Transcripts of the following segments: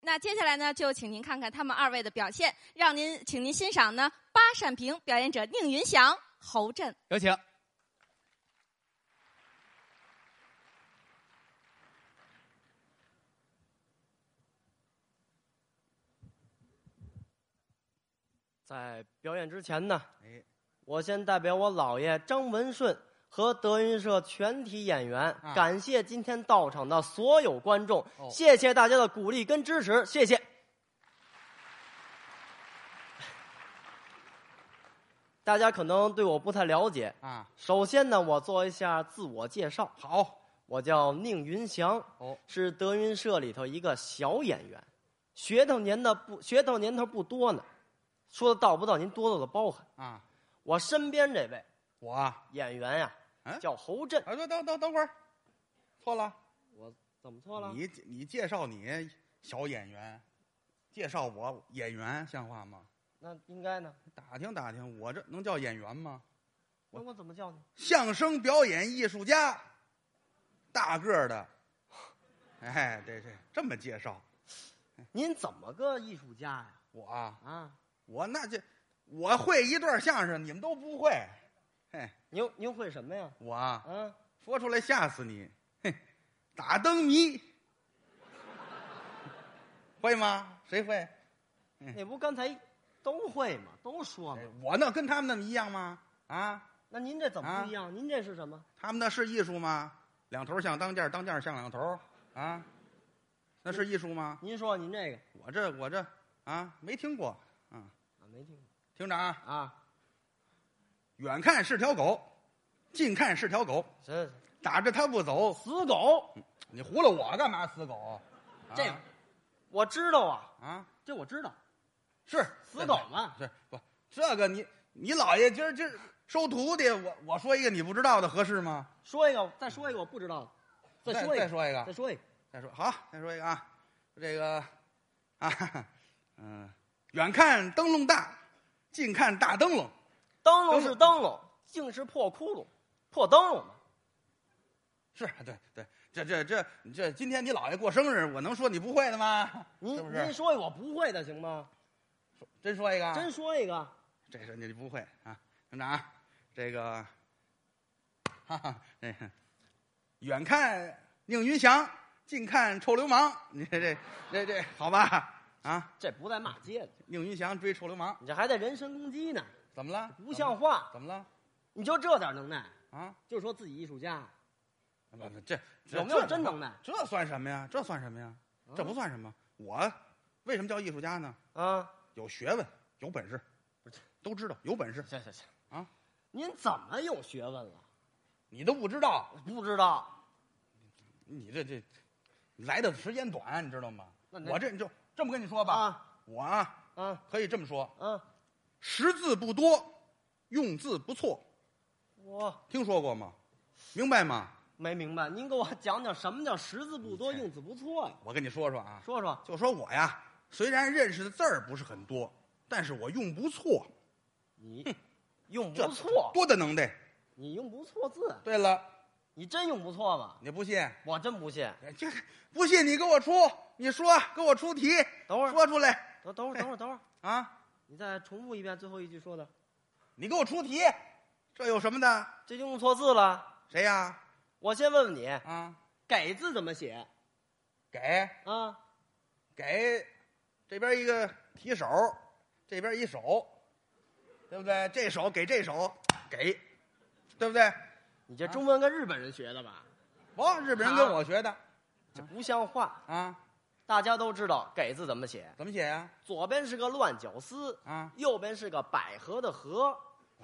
那接下来呢，就请您看看他们二位的表现，让您请您欣赏呢八扇屏表演者宁云祥、侯震。有请。在表演之前呢，哎，我先代表我姥爷张文顺和德云社全体演员，啊感谢今天到场的所有观众，哦谢谢大家的鼓励跟支持，谢 谢。大家可能对我不太了解，啊，首先呢，我做一下自我介绍，好我叫宁云祥，哦，是德云社里头一个小演员，学到年的不学到年头不多呢，说的到不到您多多的包涵。啊，我身边这位我啊，演员呀、嗯叫侯震，哎等等等等会儿，错了，怎么错了？你你介绍你小演员，介绍我演员，像话吗？那应该呢？打听打听，我这能叫演员吗？那我我怎么叫你？相声表演艺术家，大个儿的，哎，这这这么介绍您怎么个艺术家呀？我啊，啊，我那就我会一段相声，你们都不会，嘿，您您会什么呀？我啊，啊，说出来吓死你！嘿，打灯谜，会吗？谁会？那不刚才都会吗？都说哎吗？我那跟他们那么一样吗？啊，那您这怎么啊不一样？您这是什么？他们那是艺术吗？两头像当间，当间像两头，啊，那是艺术吗？您说您这个我这我这啊，没听过。啊，啊，没听过厅长，啊？远看是条狗，近看是条狗，这打着它不走。死狗，你糊弄我干嘛？死狗，啊这我知道啊，啊这我知道，是死狗嘛。这不，这个你你姥爷今儿今儿收徒弟，我我说一个你不知道的合适吗？说一个，再说一个，我不知道的，再说啊一再个，说一再个，说一个，再说好，再说一个啊，这个啊，哈哈嗯，远看灯笼大，近看大灯笼，灯笼是灯笼，净是破窟窿，破灯笼嘛。是对对，这这这这，今天你姥爷过生日，我能说你不会的吗？您是不您是？说一个我不会的行吗？真说一个啊，真说一个，这是你不会啊，厅长啊，这个，哈哈，这远看宁云祥，近看臭流氓，你这这这这好吧？啊，这不带骂街的，宁云祥追臭流氓，你这还带人身攻击呢，怎么了？不像话！怎么了？你就这点能耐，啊，就说自己艺术家，不不，呃这这呃有没有这真能耐？这算什么呀？这算什么呀？这不算什么。我为什么叫艺术家呢？啊？有学问，有本事，都知道有本事，行行行啊！您怎么有学问了？你都不知道，不知道，你这这来的时间短，你知道吗？那那我这就这么跟你说吧，啊我啊啊可以这么说，啊！识字不多，用字不错，我听说过吗？明白吗？没明白，您给我讲讲什么叫识字不多，你这用字不错呀？我跟你说说啊，说说，就说我呀，虽然认识的字儿不是很多，但是我用不错，你用这不错，多的能耐。你用不错字，对了，你真用不错吗？你不信？我真不信。这不信你给我出，你说给我出题，等会儿，说出来等等会儿，等会儿，等会儿，啊！你再重复一遍最后一句说的，你给我出题，这有什么的？这就用错字了。谁呀？我先问问你，啊，给字怎么写给啊？给，这边一个提手，这边一手，对不对？这手给这手给，对不对？你这中文跟日本人学的吧？哦，日本人跟我学的啊这不像话！啊，大家都知道“给”字怎么写，怎么写呀？左边是个乱绞丝，啊，右边是个百合的“合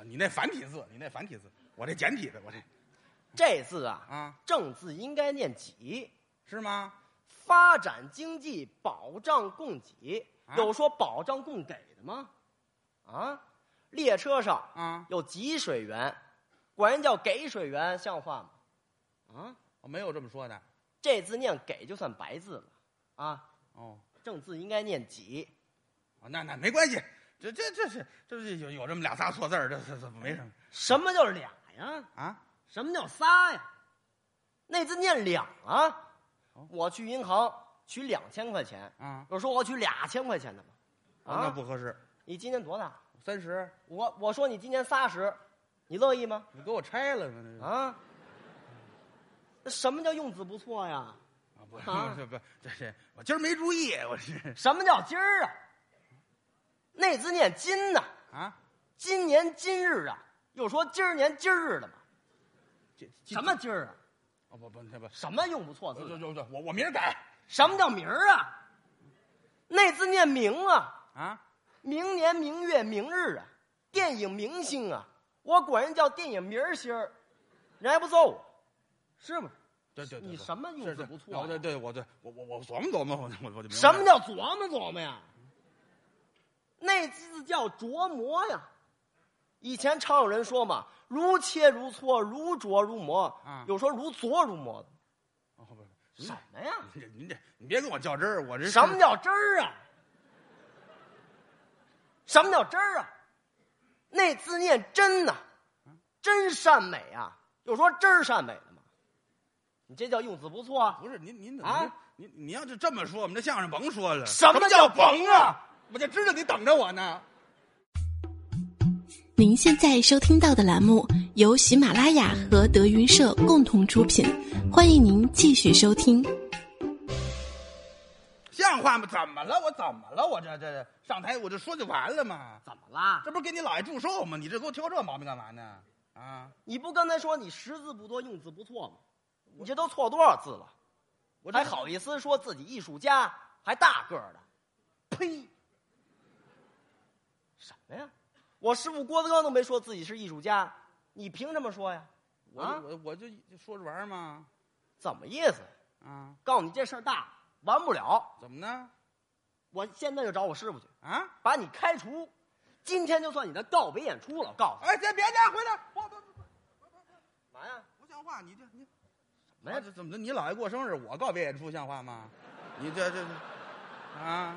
你那繁体字，你那繁体字，我这简体的，我这”。这字啊，啊，正字应该念“己是吗？”，发展经济，保障供给。啊有说保障供给的吗？啊，列车上啊，有给水员，管人叫给水员，像话吗？啊，我没有这么说的。这字念“给”就算白字了，啊，哦，正字应该念“己哦，那那没关系，这这这是这是有有这么俩仨错字儿，这这这没什么”。什么叫俩呀？啊。什么叫仨呀？那字念两啊哦！我去银行取两千块钱，啊，我说我取俩千块钱的嘛，啊那，不合适，你今年多大？三十，我我说你今年三十，你乐意吗？你给我拆了吗？啊？那什么叫用字不错呀？啊，不啊不不，这这，我今儿没注意，我这什么叫今儿啊？那字念今呐、啊，今年今日啊，又说今儿年今儿的嘛？这这什么今儿啊？哦不不这不，什么用不错字就？就就我我明儿改什么叫明儿啊？那字念明啊，啊，明年明月明日啊，电影明星啊，我管人叫电影明儿星儿，人还不揍我，是吗？对对对，你对什么用是字是不错啊我对对，我对我我我琢磨琢磨，我我我就明白什么叫琢磨琢磨呀？那字叫琢磨呀。以前常有人说嘛，如切如磋，如琢如磨，啊有说如琢如磨的。哦不是什么呀？您这您这，你别跟我较真儿，我这是什么叫真儿啊？什么叫真儿啊？那字念真呐、真善美啊！有说真善美的吗？你这叫用字不错啊！不是您您怎啊么您您要是这么说，我们这相声甭说了。什么叫甭啊？我就知道你等着我呢。您现在收听到的栏目由喜马拉雅和德云社共同出品，欢迎您继续收听。像话吗？怎么了？我怎么了？我这这这上台我就说就完了吗？怎么啦？这不是给你姥爷祝寿吗？你这给我挑这毛病干嘛呢？啊，你不刚才说你识字不多，用字不错吗？你这都错多少字了？我这还好意思说自己艺术家，还大个儿的？呸！什么呀？我师傅郭德纲都没说自己是艺术家，你凭什么说呀？我就啊我我就说着玩儿嘛。怎么意思？啊，告诉你这事儿大，完不了。怎么呢？我现在就找我师傅去，啊，把你开除。今天就算你的告别演出了。我告诉你，哎，先别介，回来，我不不干嘛呀？不像话，你这你什么哎呀？这怎么的？你姥爷过生日，我告别演出像话吗？你这这这啊，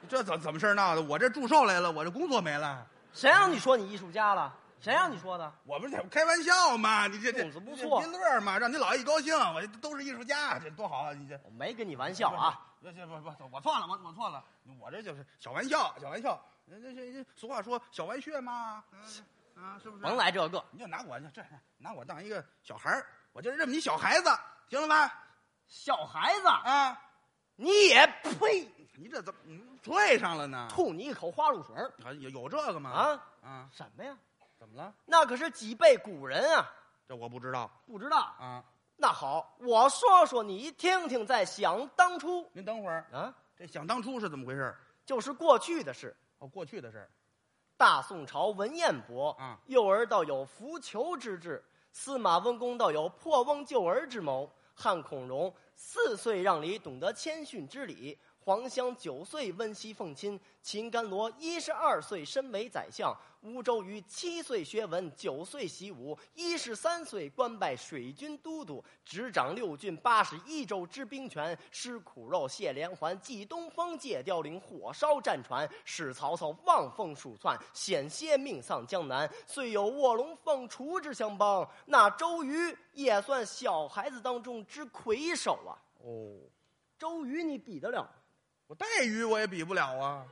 你这怎怎么事儿闹的？我这祝寿来了，我这工作没了。谁让你说你艺术家了？谁让你说的？我不是开玩笑嘛，你这这用词不错您乐儿嘛，让您姥爷一高兴，我这都是艺术家，这多好啊！你这我没跟你玩笑啊！！不是不不不，我错了，我我错了，我这就是小玩笑，小玩笑。那那这俗话说小玩笑嘛，嗯啊，是不是？甭，来这个，你就拿我这拿我当一个小孩儿，我就认你小孩子，行了吧？小孩子，啊，你也呸！你这怎么你退上了呢？吐你一口花露水儿啊，有有这个吗？啊！啊，什么呀？怎么了？那可是几辈古人啊！这我不知道不知道。啊。那好，我说说你听听，在想当初您等会儿，啊，这想当初是怎么回事？就是过去的事。哦，过去的事儿大宋朝文彦博啊，幼儿到有扶裘之志；司马温公到有破瓮救儿之谋。汉孔融四岁让梨，懂得谦逊之礼；黄香九岁温习奉亲；秦甘罗一十二岁身为宰相；吴周瑜七岁学文，九岁习武；一十三岁官拜水军都督，执掌六郡八十一州之兵权，吃苦肉，谢连环，祭东风，借凋零，火烧战船，使曹操望风鼠窜，险些命丧江南。虽有卧龙凤雏之相帮，那周瑜也算小孩子当中之魁首啊！哦。周瑜你比得了吗？我带鱼我也比不了啊。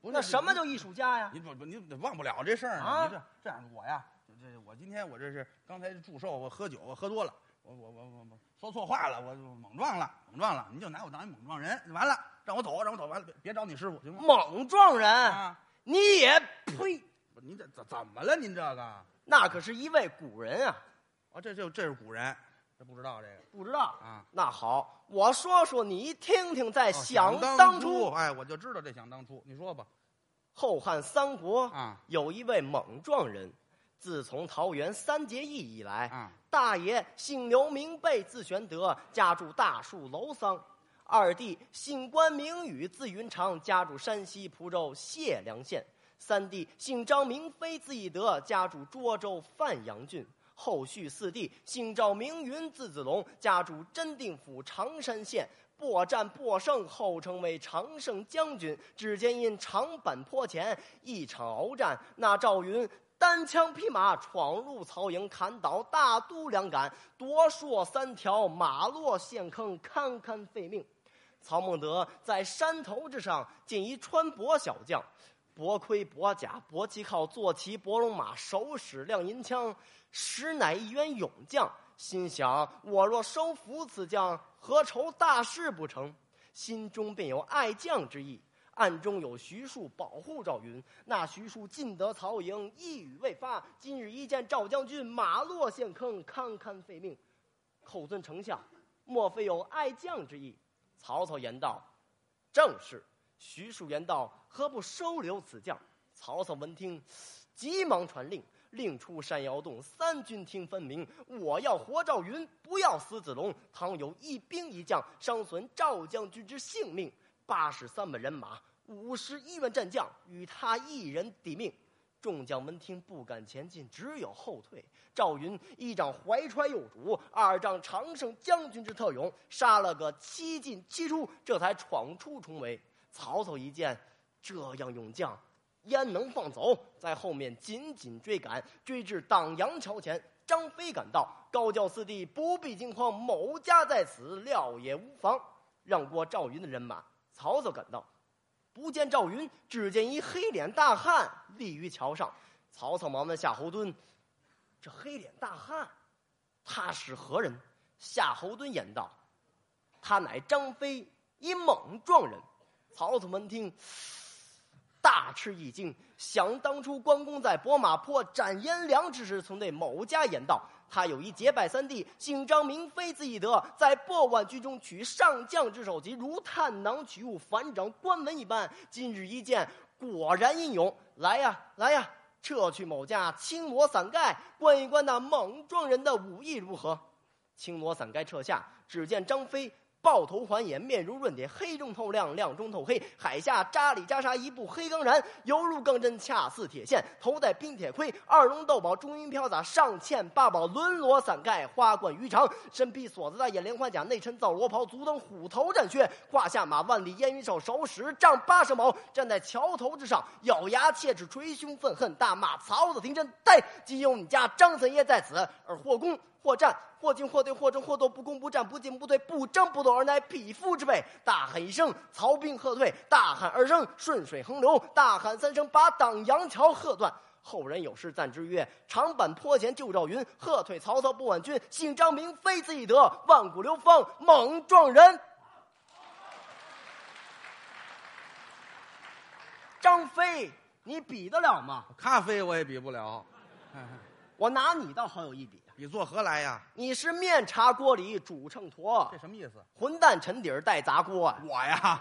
不是那什么你叫艺术 家呀？你不不你得忘不了这事儿呢？啊你这这样我呀，这这我今天我这是刚才祝寿，我喝酒我喝多了，我我我我我说错话了，我我莽撞了莽撞了，你就拿我当一莽撞人，完了让我走让我走，完了别别找你师傅行吗？莽撞人，啊，你也嗯呸！不您这怎怎么了？您这个啊，那可是一位古人啊，这这这是古人，这不知道这个不知道啊。那好，我说说你听听，在哦哎想当当初，初，哎，我就知道这想当初，你说吧后汉三国啊有一位莽撞人，自从桃园三结义以来，啊，大爷姓刘名备，字玄德，家住大树楼桑；二弟姓关名羽，字云长，家住山西蒲州解良县；三弟姓张名飞，字翼德，家住涿州范阳郡。后续四弟姓赵名云，字子龙，家住真定府常山县。破战破胜，后成为常胜将军。只见因长坂坡前一场鏖战，那赵云单枪匹马闯入曹营，砍倒大都两杆，夺槊三条，马落陷坑，堪堪废命。曹孟德在山头之上见一穿帛小将，薄盔薄甲，薄旗靠，坐骑薄龙马，手使亮银枪，实乃一员勇将。心想：我若收服此将，何愁大事不成？心中便有爱将之意。暗中有徐庶保护赵云，那徐庶进得曹营，一语未发。今日一见赵将军，马落陷坑，堪堪废命。口尊丞相，莫非有爱将之意？曹操言道：“正是。”徐庶言道：“何不收留此将？”曹操闻听，急忙传令，令出山摇洞，三军听分明。我要活赵云，不要死子龙。倘有一兵一将伤损赵将军之性命，八十三万人马，五十一员战将，与他一人抵命。众将闻听，不敢前进，只有后退。赵云一仗怀揣右主，二仗常胜将军之特勇，杀了个七进七出，这才闯出重围。曹操一见这样勇将，焉能放走？在后面紧紧追赶，追至党阳桥前，张飞赶到，高叫四弟不必惊慌，某家在此，料也无妨。让过赵云的人马，曹操赶到。不见赵云，只见一黑脸大汉立于桥上。曹操忙问夏侯惇：“这黑脸大汉，他是何人？”夏侯惇言道：“他乃张飞，一猛撞人。”曹操闻听，大吃一惊。想当初关公在博马坡斩颜良之时，曾对某家言道：“他有一结拜三弟，姓张名飞，字翼德，在破万军中取上将之首级，如探囊取物，反掌关门一般。今日一见，果然英勇。来呀，来呀，撤去某家，轻罗伞盖，观一观那猛撞人的武艺如何。”青罗伞盖撤下，只见张飞抱头还眼，面如润铁，黑中透亮，亮中透黑，海下扎里扎沙，一步黑钢然，犹如钢针，恰似铁线，头戴冰铁盔，二龙斗宝，中云飘洒，上嵌八宝，轮罗伞盖，花冠鱼肠，身披锁子大眼莲花甲，内衬皂罗袍，足蹬虎头战靴，胯下马万里烟云手，手使丈八十矛，站在桥头之上，咬牙切齿，捶胸愤恨，大骂曹操廷臣，待今有你家张三爷在此，而霍公。或战或进或退或争或斗，不攻不战不进不退不争不斗，而乃匹夫之辈。大喊一声，曹兵喝退；大喊二声，顺水横流；大喊三声，把党阳桥喝断。后人有诗赞之曰：“长坂坡前救赵云，喝退曹操不挽军。姓张名飞，字翼德，万古流芳猛撞人。”张飞，你比得了吗？咖啡我也比不了，我拿你倒好有一比啊！你作何来呀？你是面茶锅里煮秤砣这，什么意思？混蛋沉底儿带砸锅啊！我呀，